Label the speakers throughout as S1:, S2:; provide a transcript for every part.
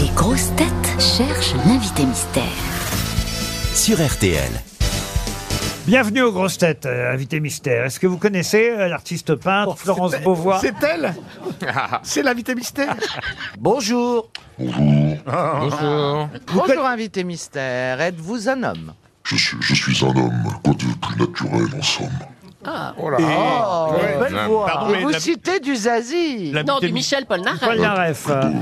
S1: Les grosses têtes cherchent l'invité mystère.
S2: sur RTL.
S3: Bienvenue aux grosses têtes, euh, invité mystère. Est-ce que vous connaissez euh, l'artiste peintre Florence Beauvois
S4: C'est elle C'est l'invité mystère
S5: Bonjour.
S3: Vous
S5: Bonjour invité mystère, êtes-vous un homme
S6: Je suis, je suis un homme, quoi de plus naturel en somme.
S5: Oh, belle voix.
S7: Pardon,
S5: Et
S7: mais
S5: vous
S7: la-
S5: citez du Zazie
S7: Non, du Michel Polnareff. Bah
S3: Paul Naref.
S6: Euh,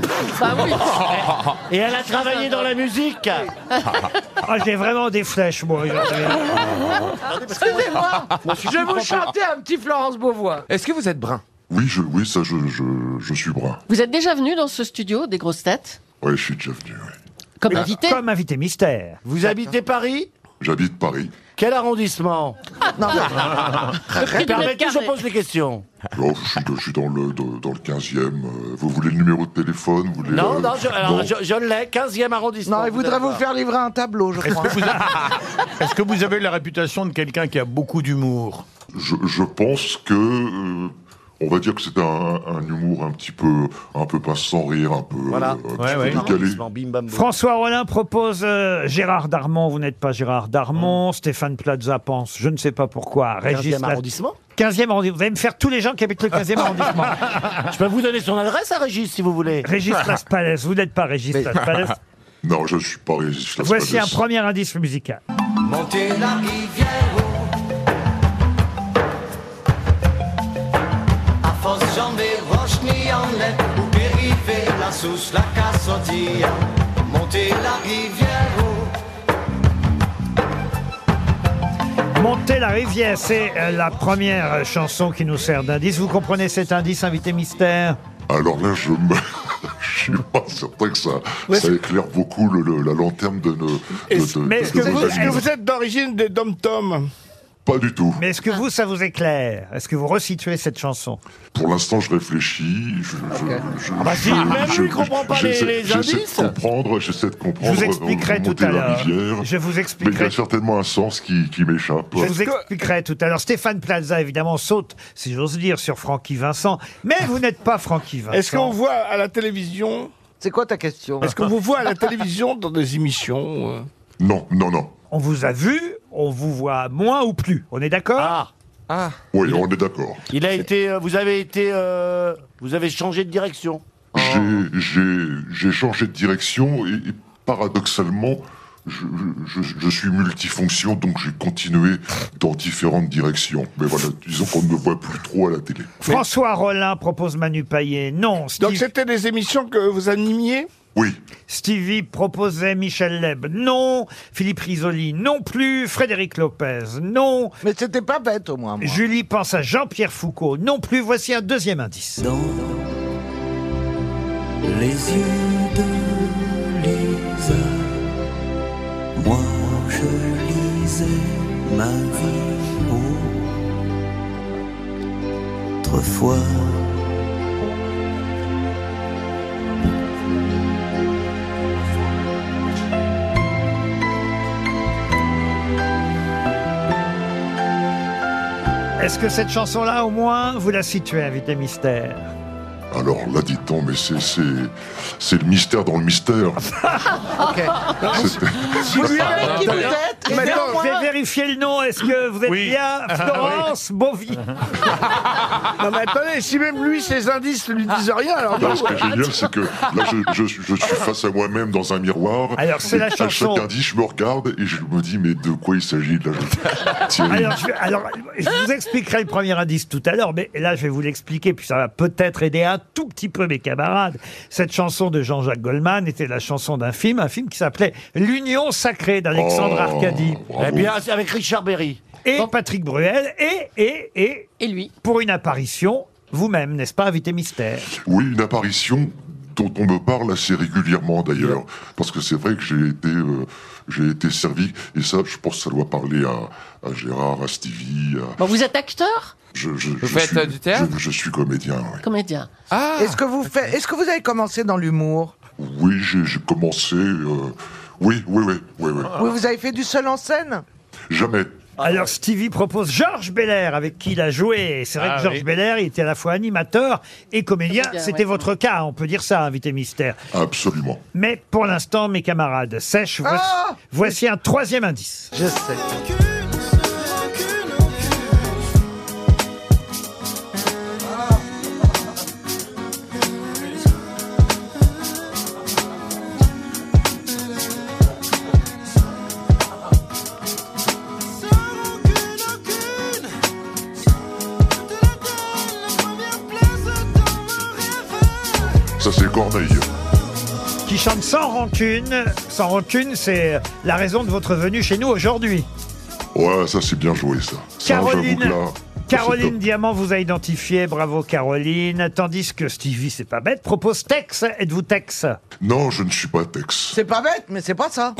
S8: Et elle a travaillé dans la musique.
S3: Ah, j'ai vraiment des flèches, moi, aujourd'hui.
S7: Ah,
S3: hein,
S5: Excusez-moi, je vous chantais un petit Florence Beauvois.
S4: Est-ce que vous êtes brun
S6: Oui, je, oui, ça, je, je, je suis brun.
S7: Vous êtes déjà venu dans ce studio des grosses têtes
S6: Ouais, je suis déjà venu, oui.
S7: Comme invité
S3: Comme invité mystère.
S8: Vous habitez Paris
S6: J'habite Paris.
S8: Quel arrondissement
S7: Prix du mètre
S8: Permettez, je
S7: carré.
S8: pose les questions.
S6: Alors, je, suis, je suis dans le, dans, dans le 15e. euh, Vous voulez le numéro de téléphone vous voulez,
S8: Non,
S6: euh,
S8: non, je, alors, je, je l'ai, 15e arrondissement.
S5: Non, il voudrait vous faire livrer un tableau, je crois.
S9: Est-ce que vous avez la réputation de quelqu'un qui a beaucoup d'humour
S6: je, je pense que... euh, on va dire que c'est un, un humour un petit peu, un peu pince sans rire, un peu,
S8: Voilà.
S6: euh, un
S9: Ouais,
S6: petit
S9: ouais.
S6: peu décalé.
S8: Arrondissement, bim, bam, boum.
S3: François Rollin propose euh, Gérard Darmon. Vous n'êtes pas Gérard Darmon. Stéphane Plaza pense, je ne sais pas pourquoi, Régis...
S8: 15e
S3: Lat-
S8: arrondissement
S3: 15e arrondissement. Vous allez me faire tous les gens qui habitent le 15e arrondissement.
S8: Je peux vous donner son adresse à Régis si vous voulez.
S3: Régis Laspalès. Vous n'êtes pas Régis Laspalès.
S6: Non, je suis pas Régis Las
S3: Voici un
S6: Palais.
S3: premier indice musical.
S5: Monter la rivière À force j'en vais roches ni en lait Ou périver la souche, la cassotille Monter la rivière
S3: Monter la rivière, c'est euh, la première euh, chanson qui nous sert d'indice. Vous comprenez cet indice, invité mystère
S6: Alors là, je me... Je suis pas certain que ça, ça éclaire beaucoup le, le- la lanterne de nos.
S4: Est-ce-
S6: de- de-
S3: mais est-ce
S6: de
S3: que
S6: nos
S3: vous-
S4: Est-ce que
S6: amis.
S4: vous êtes d'origine de Dom Tom
S6: Pas du tout.
S3: Mais est-ce que vous, ça vous éclaire Est-ce que vous resituez cette chanson
S6: Pour l'instant, je réfléchis. Je, je, je,
S3: Ah
S8: bah si, même lui comprend pas les-
S6: j'essaie-
S8: les indices.
S6: J'essaie de comprendre. J'essaie de
S3: Je
S6: comprendre.
S3: vous
S6: euh,
S3: expliquerai tout
S6: remonter
S3: à
S6: la
S3: l'heure.
S6: rivière.
S3: Je vous
S6: Mais il y
S3: expliquerai.
S6: a certainement un sens qui, qui m'échappe.
S3: Je vous expliquerai tout à l'heure. Stéphane Plaza, évidemment, saute, si j'ose dire, sur Francky Vincent. Mais vous n'êtes pas Francky Vincent.
S4: Est-ce qu'on voit à la télévision
S5: C'est quoi ta question
S4: Est-ce qu'on vous voit à la télévision dans des émissions euh
S6: Non, non, non.
S3: On vous a vu, on vous voit moins ou plus. On est d'accord
S8: Ah,
S6: Oui, on est d'accord.
S8: il a été, euh, vous avez été, euh, vous avez changé de direction.
S6: J'ai- J'ai j'ai changé de direction et, et paradoxalement, je, je- je- je suis multifonction, donc j'ai continué dans différentes directions. Mais voilà, disons qu'on ne me voit plus trop à la télé.
S3: François Rollin propose Manu Payet. Non.
S4: Donc
S3: Steve-
S4: c'était des émissions que vous animiez
S6: Oui,
S3: Stevie proposait Michel Leb. Non. Philippe Risoli. Non plus. Frédéric Lopez. Non.
S5: Mais c'était pas bête au moins, moi.
S3: Julie pense à Jean-Pierre Foucault. Non plus. Voici un deuxième indice.
S10: Les yeux de Lisa, moi je lisais ma vie. Autrefois,
S3: Est-ce que cette chanson-là, au moins, vous la situez, invité mystère
S6: alors là, dit-on, mais c'est- c'est c'est le mystère dans le mystère.
S3: Ah,
S6: C'était-
S3: Je vais vérifier le nom. Est-ce que vous êtes
S9: Oui.
S3: bien Florence Bovy
S4: Non mais Ah, attendez, si même lui, ses indices ne lui disent
S11: Ah.
S4: rien, alors
S6: Non, ce qui est génial, c'est que là, je, je- je suis face à moi-même dans un miroir.
S3: Alors, c'est la
S6: Et
S3: chanson.
S6: À chaque indice, je me regarde et je me dis, mais de quoi il s'agit là je- Thierry,
S3: alors je, vais- alors, je vous expliquerai le premier indice tout à l'heure, mais là, je vais vous l'expliquer, puis ça va peut-être aider un tout petit peu mes camarades. Cette chanson de Jean-Jacques Goldman était la chanson d'un film, un film qui s'appelait L'Union sacrée d'Alexandre
S6: Oh,
S3: Arcadie.
S4: Ah
S6: bravo.
S8: Eh bien, c'est avec Richard Berry.
S3: Et Patrick Bruel, et, et, et,
S7: et lui.
S3: pour une apparition, vous-même, n'est-ce pas, invité mystère
S6: Oui, une apparition dont on me parle assez régulièrement d'ailleurs, parce que c'est vrai que j'ai été, euh, j'ai été servi, et ça, je pense que ça doit parler à, à Gérard, à Stevie, à-
S7: Bon, vous êtes acteur,
S6: Je, je, je
S5: faites,
S6: suis,
S5: euh, du théâtre
S6: je, je suis comédien, oui.
S7: comédien.
S11: Ah.
S5: Est-ce que vous faites, est-ce que vous avez commencé dans l'humour
S6: Oui, j'ai j'ai commencé... euh, Oui, oui, oui, oui, oui.
S5: Oui, vous avez fait du seul en scène
S6: Jamais.
S3: Alors Stevie propose Georges Belair avec qui il a joué. Et C'est vrai
S9: Ah
S3: que Georges
S9: oui.
S3: Belair il était à la fois animateur et comédien.
S7: Comédien,
S3: C'était
S7: ouais.
S3: votre cas, on peut dire ça, invité mystère.
S6: Absolument.
S3: Mais pour l'instant, mes camarades sèches, voici,
S6: Ah
S3: voici un troisième indice.
S4: Je sais.
S6: Ça, c'est Corneille.
S3: Qui chante sans rancune. Sans rancune, c'est euh, la raison de votre venue chez nous aujourd'hui.
S6: Ouais, ça, c'est bien joué, ça. Ça, j'avoue
S3: Caroline.
S6: que là, ça, c'est
S3: Caroline
S6: top.
S3: Diamant vous a identifié, bravo Caroline. Tandis que Stevie, c'est pas bête, propose Tex. Êtes-vous Tex
S6: Non, je ne suis pas Tex.
S11: C'est pas bête, mais c'est pas ça.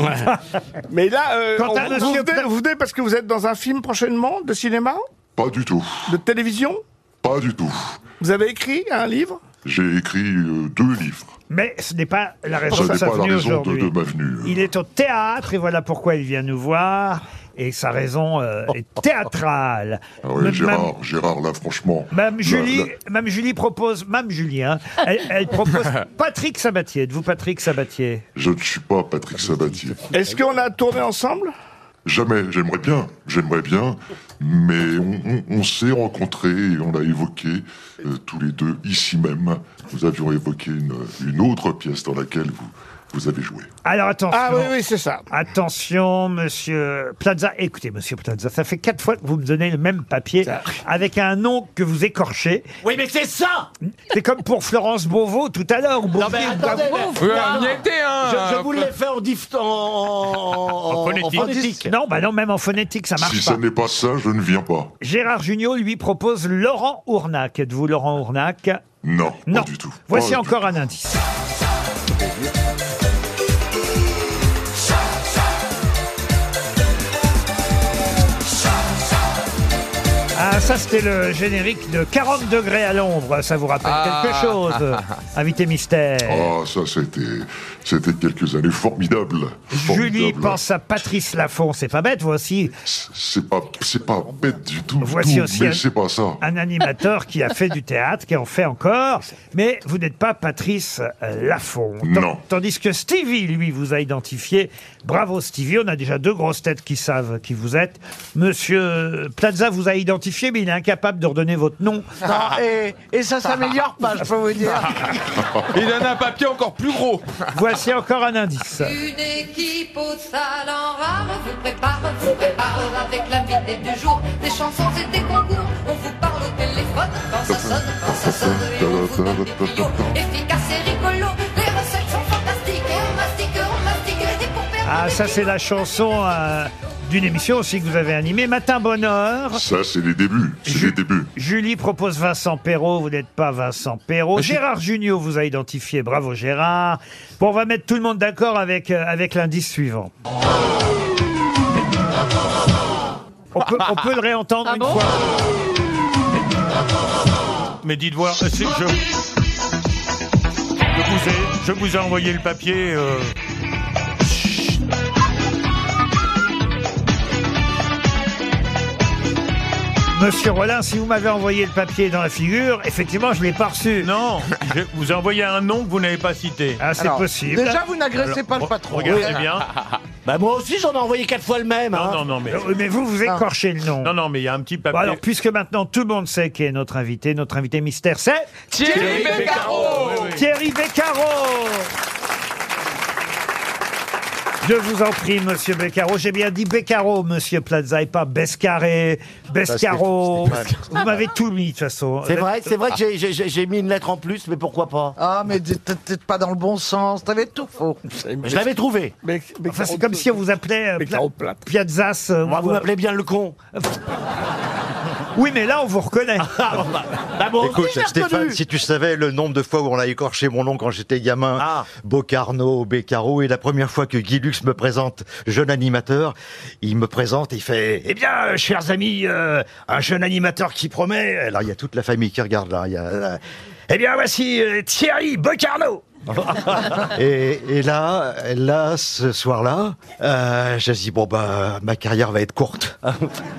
S4: Mais là, euh,
S3: Quant
S4: on-
S3: à
S4: vous,
S3: monsieur-
S4: venez, vous venez parce que vous êtes dans un film prochainement de cinéma,
S6: Pas du tout.
S4: de télévision
S6: Pas du tout.
S4: Vous avez écrit un livre
S6: J'ai écrit euh, deux livres.
S3: Mais ce n'est pas la
S6: Ça
S3: raison de
S6: n'est
S3: sa
S6: pas la
S3: venue
S6: raison de,
S3: aujourd'hui.
S6: de ma venue.
S3: Il est au théâtre et voilà pourquoi il vient nous voir. Et sa raison euh, est théâtrale.
S6: Ah ouais,
S3: Même-
S6: Gérard, Gérard, là, franchement.
S3: Mme
S6: là,
S3: Julie,
S6: là-
S3: Mme Julie propose, Mme Julie, hein, elle, elle propose Patrick Sabatier. Êtes-vous Patrick Sabatier
S6: je ne suis pas Patrick Sabatier.
S4: Est-ce qu'on a tourné ensemble
S6: Jamais, j'aimerais bien, j'aimerais bien, mais on, on- on s'est rencontrés et on l'a évoqué euh, tous les deux ici même. Nous avions évoqué une, une autre pièce dans laquelle vous, vous avez joué.
S3: Alors attention.
S4: Ah oui, oui, c'est ça.
S3: Attention, monsieur Plaza. Écoutez, monsieur Plaza, ça fait quatre fois que vous me donnez le même papier avec un nom que vous écorchez.
S8: Oui, mais c'est ça
S3: C'est comme pour Florence Beauvau tout à l'heure. ou Beauvau,
S8: mais
S3: ou
S8: attendez,
S3: Beauvau.
S8: mais-
S12: Oui, on y était,
S8: Je,
S12: hein
S8: je vous l'ai fait en, diphth- en, en- en
S9: phonétique.
S8: phonétique.
S3: Non, bah non, même en phonétique, ça marche
S6: Si
S3: pas.
S6: ça n'est pas ça, je ne viens pas.
S3: Gérard Junior lui propose Laurent Ournac. Êtes-vous Laurent Ournac
S6: Non,
S3: Non.
S6: pas du tout.
S3: Voici
S6: Pas du
S3: encore un indice. Ah, ça, c'était le générique de 40 degrés à l'ombre. Ça vous rappelle quelque chose, invité mystère
S6: Ah, ça, c'était, c'était quelques années formidables.
S3: Julie
S6: Formidables. hein.
S3: pense à Patrice Lafont. C'est pas bête, voici
S6: C'est pas, c'est pas bête du tout, du
S3: Voici
S6: tout,
S3: aussi
S6: mais
S3: un-
S6: c'est pas ça.
S3: un animateur qui a fait du théâtre, qui en fait encore, mais vous n'êtes pas Patrice euh, Lafont. Tan-
S6: Non.
S3: Tandis que Stevie, lui, vous a identifié. Bravo Stevie, on a déjà deux grosses têtes qui savent qui vous êtes. Monsieur Plaza vous a identifié, mais il est incapable de redonner votre nom.
S11: Non, et, et ça s'améliore pas, je peux vous dire.
S9: Ah,
S12: Il en a un papier encore plus gros.
S3: Voici encore un indice.
S13: Une équipe au salon rare vous prépare, vous prépare avec l'invité du jour. Des chansons et des concours, on vous parle au téléphone quand ça sonne, quand ça sonne. Et on vous donne des tuyaux efficaces et rigolos. Les recettes sont fantastiques et on mastique, on mastique des poupées.
S3: Ah, ça c'est la chanson euh, d'une émission aussi que vous avez animée, Matin Bonheur.
S6: Ça, c'est les débuts. C'est
S3: Ju-
S6: les débuts.
S3: Julie propose Vincent Perrault, vous n'êtes pas Vincent Perrault. Gérard Junior vous a identifié, bravo Gérard. Bon, on va mettre tout le monde d'accord avec, euh, avec l'indice suivant. On peut, on peut le réentendre
S7: Ah
S3: une
S7: bon
S3: fois.
S9: Mais dites voir, euh, c'est- je... je vous ai, je vous ai envoyé le papier. euh.
S3: Monsieur Rollin, si vous m'avez envoyé le papier dans la figure, effectivement, je ne l'ai pas reçu.
S9: Non, je vous ai envoyé un nom que vous n'avez pas cité.
S3: Ah, c'est
S11: Alors,
S3: possible.
S11: Déjà, vous n'agressez pas le
S9: Re-
S11: patron.
S9: Regardez
S11: Oui.
S9: bien.
S8: Bah, moi aussi, j'en ai envoyé quatre fois le même. hein.
S9: Non, non, non, mais...
S3: Euh, Mais vous,
S11: Ah.
S3: vous écorchez le nom.
S9: Non, non, mais il y a un petit
S3: Bon,
S9: papier.
S3: Bah, alors, puisque maintenant tout le monde sait qui est notre invité, notre invité mystère, c'est
S12: Thierry Beccaro
S3: Thierry Beccaro je vous en prie, monsieur Beccaro. J'ai bien dit Beccaro, monsieur Plaza, et pas Bescaré, Bescaro. Vous m'avez tout mis, de toute façon.
S8: C'est vrai, c'est vrai que j'ai- j'ai- j'ai j'ai mis une lettre en plus, mais pourquoi pas
S11: Ah, mais t'es peut-être pas dans le bon sens, t'avais tout faux.
S8: Je l'avais trouvé.
S4: Mais, mais-
S3: Enfin, c'est comme si on vous appelait euh,
S4: Beccaro
S3: Pla-
S4: plat.
S3: Piazzas. euh,
S8: Moi,
S3: ou,
S8: vous
S3: euh,
S8: m'appelez bien le con.
S3: Oui, mais là, on vous reconnaît. Eh
S8: Ah, bah, bah, moi aussi,
S14: Écoute,
S8: je l'ai
S14: Stéphane,
S8: reconnu.
S14: si tu savais le nombre de fois où on a écorché mon nom quand j'étais gamin,
S8: Ah.
S14: Bocarno, Beccaro, et la première fois que Guy Lux me présente, jeune animateur, il me présente, il fait Eh bien, euh, chers amis, euh, un jeune animateur qui promet. Alors, il y a toute la famille qui regarde là. il y a, euh, eh bien, voici euh, Thierry Bocarno et, et là, là, ce soir-là, euh, j'ai dit bon bah ma carrière va être courte.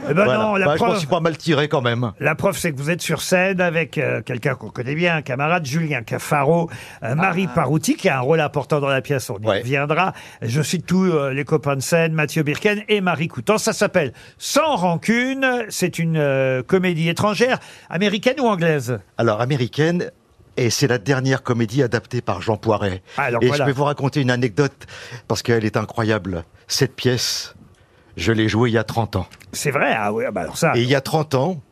S3: Eh ben non, la
S14: Bah, Je
S3: preuve-
S14: m'en suis pas mal tiré quand même.
S3: La preuve, c'est que vous êtes sur scène avec euh, quelqu'un qu'on connaît bien, un camarade, Julien Cafaro, euh, Marie
S14: Ah.
S3: Parouti, qui a un rôle important dans la pièce, on y reviendra. Je cite tous euh, les copains de scène, Mathieu Birken et Marie Coutan. Ça s'appelle Sans rancune, c'est une euh, comédie étrangère, américaine ou anglaise
S14: Alors américaine. Et c'est la dernière comédie adaptée par Jean Poiret.
S3: Alors,
S14: et
S3: voilà.
S14: je vais vous raconter une anecdote parce qu'elle est incroyable. Cette pièce, je l'ai jouée il y a 30 ans.
S3: C'est vrai, ah ouais, bah alors ça.
S14: Et il y a 30 ans,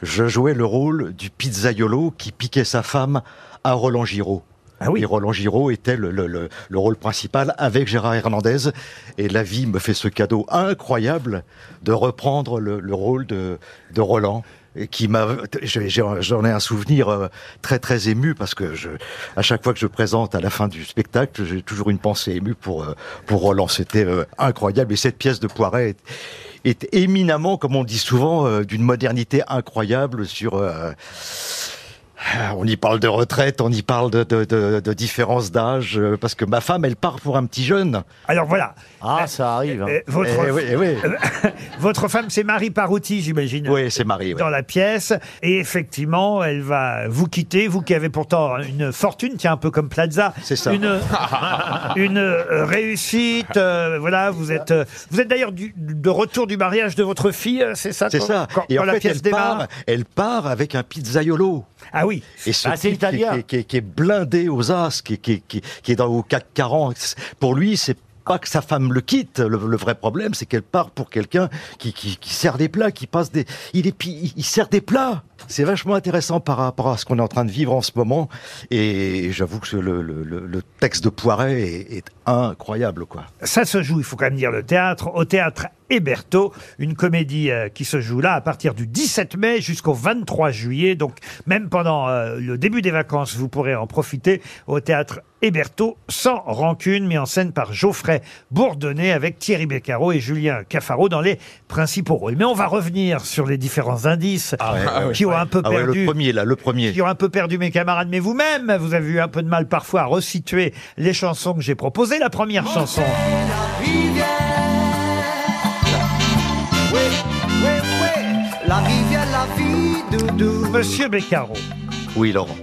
S14: je jouais le rôle du pizzaiolo qui piquait sa femme à Roland Giraud. Et Roland Giraud était le, le- le- le rôle principal avec Gérard Hernandez. Et la vie me fait ce cadeau incroyable de reprendre le, le rôle de, de Roland. et qui m'a, j'ai- j'ai- j'en ai un souvenir euh, très très ému parce que je, à chaque fois que je présente à la fin du spectacle, j'ai toujours une pensée émue pour euh, pour Roland. C'était euh, incroyable et cette pièce de Poiret est, est éminemment, comme on dit souvent, euh, d'une modernité incroyable sur. euh, on y parle de retraite, on y parle de, de, de- de différence d'âge, euh, parce que ma femme, elle part pour un petit jeune.
S3: Alors voilà.
S14: Ah, ça arrive.
S3: Euh, votre,
S14: oui, eh oui.
S3: votre femme, c'est Marie Parouti, j'imagine.
S14: Oui, c'est Marie. oui.
S3: dans la pièce. Et effectivement, elle va vous quitter, vous qui avez pourtant une fortune, tiens, un peu comme Plaza. C'est
S14: ça.
S3: Une, une euh, réussite. euh, voilà, vous êtes, euh, vous êtes d'ailleurs du- de retour du mariage de votre fille, euh, c'est ça
S14: C'est
S3: quand-
S14: ça.
S3: Quand,
S14: et
S3: quand
S14: en
S3: la
S14: fait,
S3: pièce
S14: elle
S3: démarre.
S14: part, elle part avec un pizzaiolo.
S3: Ah oui.
S14: Et ce
S3: Ah, c'est
S14: type qui-
S3: italien.
S14: Qui, qui- qui est blindé aux as, qui, qui, qui, qui est dans au CAC 40. Pour lui, c'est pas que sa femme le quitte. Le, le vrai problème, c'est qu'elle part pour quelqu'un qui, qui, qui sert des plats, qui passe des. Il, est, il, il sert des plats. C'est vachement intéressant par rapport à ce qu'on est en train de vivre en ce moment. Et j'avoue que le, le, le, le texte de Poiret est, est incroyable, quoi.
S3: Ça se joue, il faut quand même dire le théâtre, au théâtre Héberto, une comédie euh, qui se joue là à partir du 17 mai jusqu'au 23 juillet. Donc même pendant euh, le début des vacances, vous pourrez en profiter au théâtre Héberto, sans rancune, mis en scène par Geoffrey Bourdonnais avec Thierry Beccaro et Julien Caffaro dans les principaux rôles. Mais on va revenir sur les différents indices qui ont un peu
S14: Ah ouais,
S3: perdu
S14: le premier, là, le premier.
S3: qui ont un peu perdu mes camarades, mais vous-même, vous avez eu un peu de mal parfois à resituer les chansons que j'ai proposées. La première chanson.
S5: rivière. Oui, oui, oui, la rivière, la vie de
S3: Monsieur Beccaro,
S14: Oui, Laurent.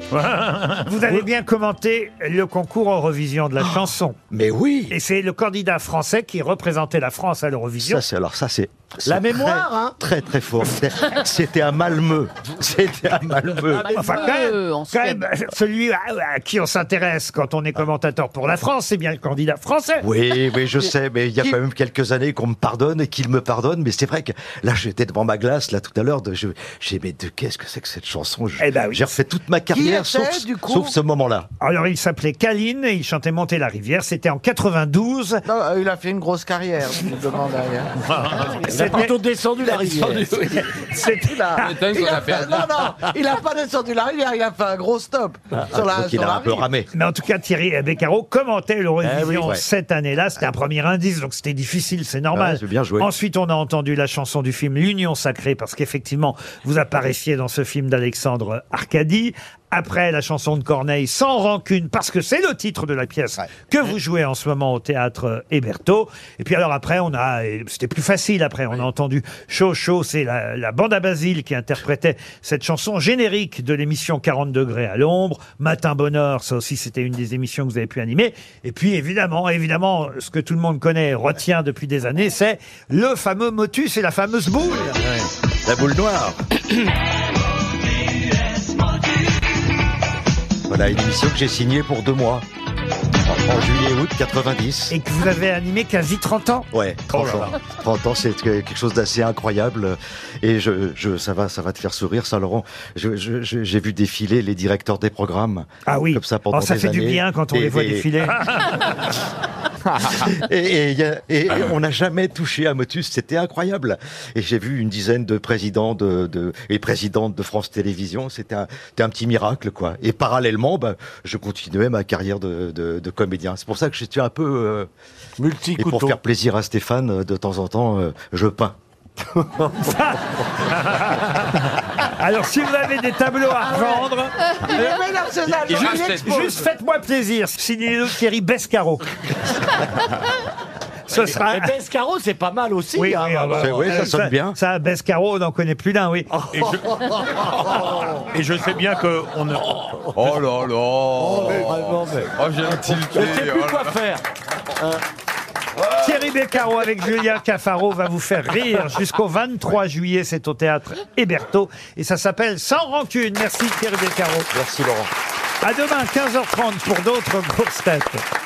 S3: vous avez bien commenté le concours Eurovision de la chanson.
S14: Ah, Mais oui
S3: Et c'est le candidat français qui représentait la France à l'Eurovision.
S14: Ça, c'est alors ça, c'est c'est
S3: La
S14: très,
S3: mémoire, hein.
S14: Très très fort. C'était- C'était à Malmö. C'était à Malmö.
S3: Bah,
S7: Bah,
S3: Enfin, quand
S13: Euh,
S3: même, quand même, celui à, à qui on s'intéresse quand on est commentateur pour la France, c'est bien le candidat français.
S14: Oui, oui, je sais, mais il y a
S3: Qui-
S14: quand même quelques années qu'on me pardonne et qu'il me pardonne, mais c'est vrai que là, j'étais devant ma glace, là, tout à l'heure, de- je- j'ai, mais de qu'est-ce que c'est que cette chanson
S3: Eh
S14: Je- J'ai refait toute ma carrière,
S3: ben était,
S14: sauf,
S3: du coup
S14: sauf ce moment-là.
S3: Alors, il s'appelait Kaline et il chantait Monter la rivière. C'était en 92.
S11: euh, il a fait une grosse carrière, je me demande d'ailleurs.
S3: C'était-
S11: descendu
S3: la rivière. C'était
S11: là.
S12: C'est dingue
S11: Il
S12: qu'on
S11: a
S12: appelle.
S11: fait- Non, non, il a pas descendu la rivière, il a fait un gros stop.
S8: Ah,
S11: sur la, sur la rive.
S3: Mais en tout cas, Thierry Beccaro commentait l'Eurovision
S14: Eh oui, ouais.
S3: cette année-là. C'était un premier indice, donc c'était difficile, c'est normal.
S14: Ouais, c'est bien joué.
S3: Ensuite, on a entendu la chanson du film L'Union Sacrée, parce qu'effectivement, vous apparaissiez dans ce film d'Alexandre Arcadie. Après, la chanson de Corneille, Sans rancune, parce que c'est le titre de la pièce que vous jouez en ce moment au théâtre Héberto. Et puis alors après, on a, et c'était plus facile après, on a entendu Chaud Chaud, c'est la, la bande à Basile qui interprétait cette chanson générique de l'émission 40 degrés à l'ombre. Matin Bonheur, ça aussi c'était une des émissions que vous avez pu animer. Et puis évidemment, évidemment, ce que tout le monde connaît, et retient depuis des années, c'est le fameux motus et la fameuse boule.
S14: La boule noire. Voilà une émission que j'ai signée pour deux mois. En, en juillet-août 90.
S3: Et que vous avez animé quasi 30 ans.
S14: Ouais, 30
S3: Oh là
S14: ans.
S3: là.
S14: 30 ans, c'est que- quelque chose d'assez incroyable. Et je, je, ça va, ça va te faire sourire, ça, Laurent. Je- je- je- J'ai vu défiler les directeurs des programmes.
S3: Ah oui.
S14: Comme ça pendant
S3: Oh, ça
S14: des
S3: fait du
S14: années.
S3: bien quand on
S14: Et-
S3: les voit
S14: et-
S3: défiler.
S14: et, et il y a- et- et on n'a jamais touché à Motus, c'était incroyable. Et j'ai vu une dizaine de présidents de, de- et présidentes de France Télévisions, c'était un, c'était un petit miracle, quoi. Et parallèlement, bah, je continuais ma carrière de, de- de comédien. C'est pour ça que j'étais un peu multi. Et pour faire plaisir à Stéphane, euh, de temps en temps, euh, je peins.
S3: Alors, si vous avez des tableaux à revendre,
S11: Il
S8: Eh,
S11: le met dans ses agents, il
S3: juste,
S11: expose.
S3: juste faites-moi plaisir. Signez-le Thierry Bescaro. Ce sera.
S8: Ah,
S14: Eh ben,
S8: Mais Pescaro, c'est pas mal aussi.
S3: Oui,
S8: hein,
S3: oui, ah bah,
S8: vraiment.
S3: alors, Oh. euh, Ça, Bescaro, on n'en connaît plus d'un, oui.
S9: Et je, et je sais bien que on ne. Oh là là.
S12: Oh, j'ai un tilté.
S9: Je sais plus
S12: oh là
S9: quoi
S12: là.
S9: faire.
S3: Thierry Beccaro avec Julien Caffaro va vous faire rire jusqu'au 23 juillet. C'est au théâtre Héberto et ça s'appelle Sans rancune. Merci Thierry Beccaro.
S14: Merci Laurent.
S3: À demain 15h30 pour d'autres grosses têtes.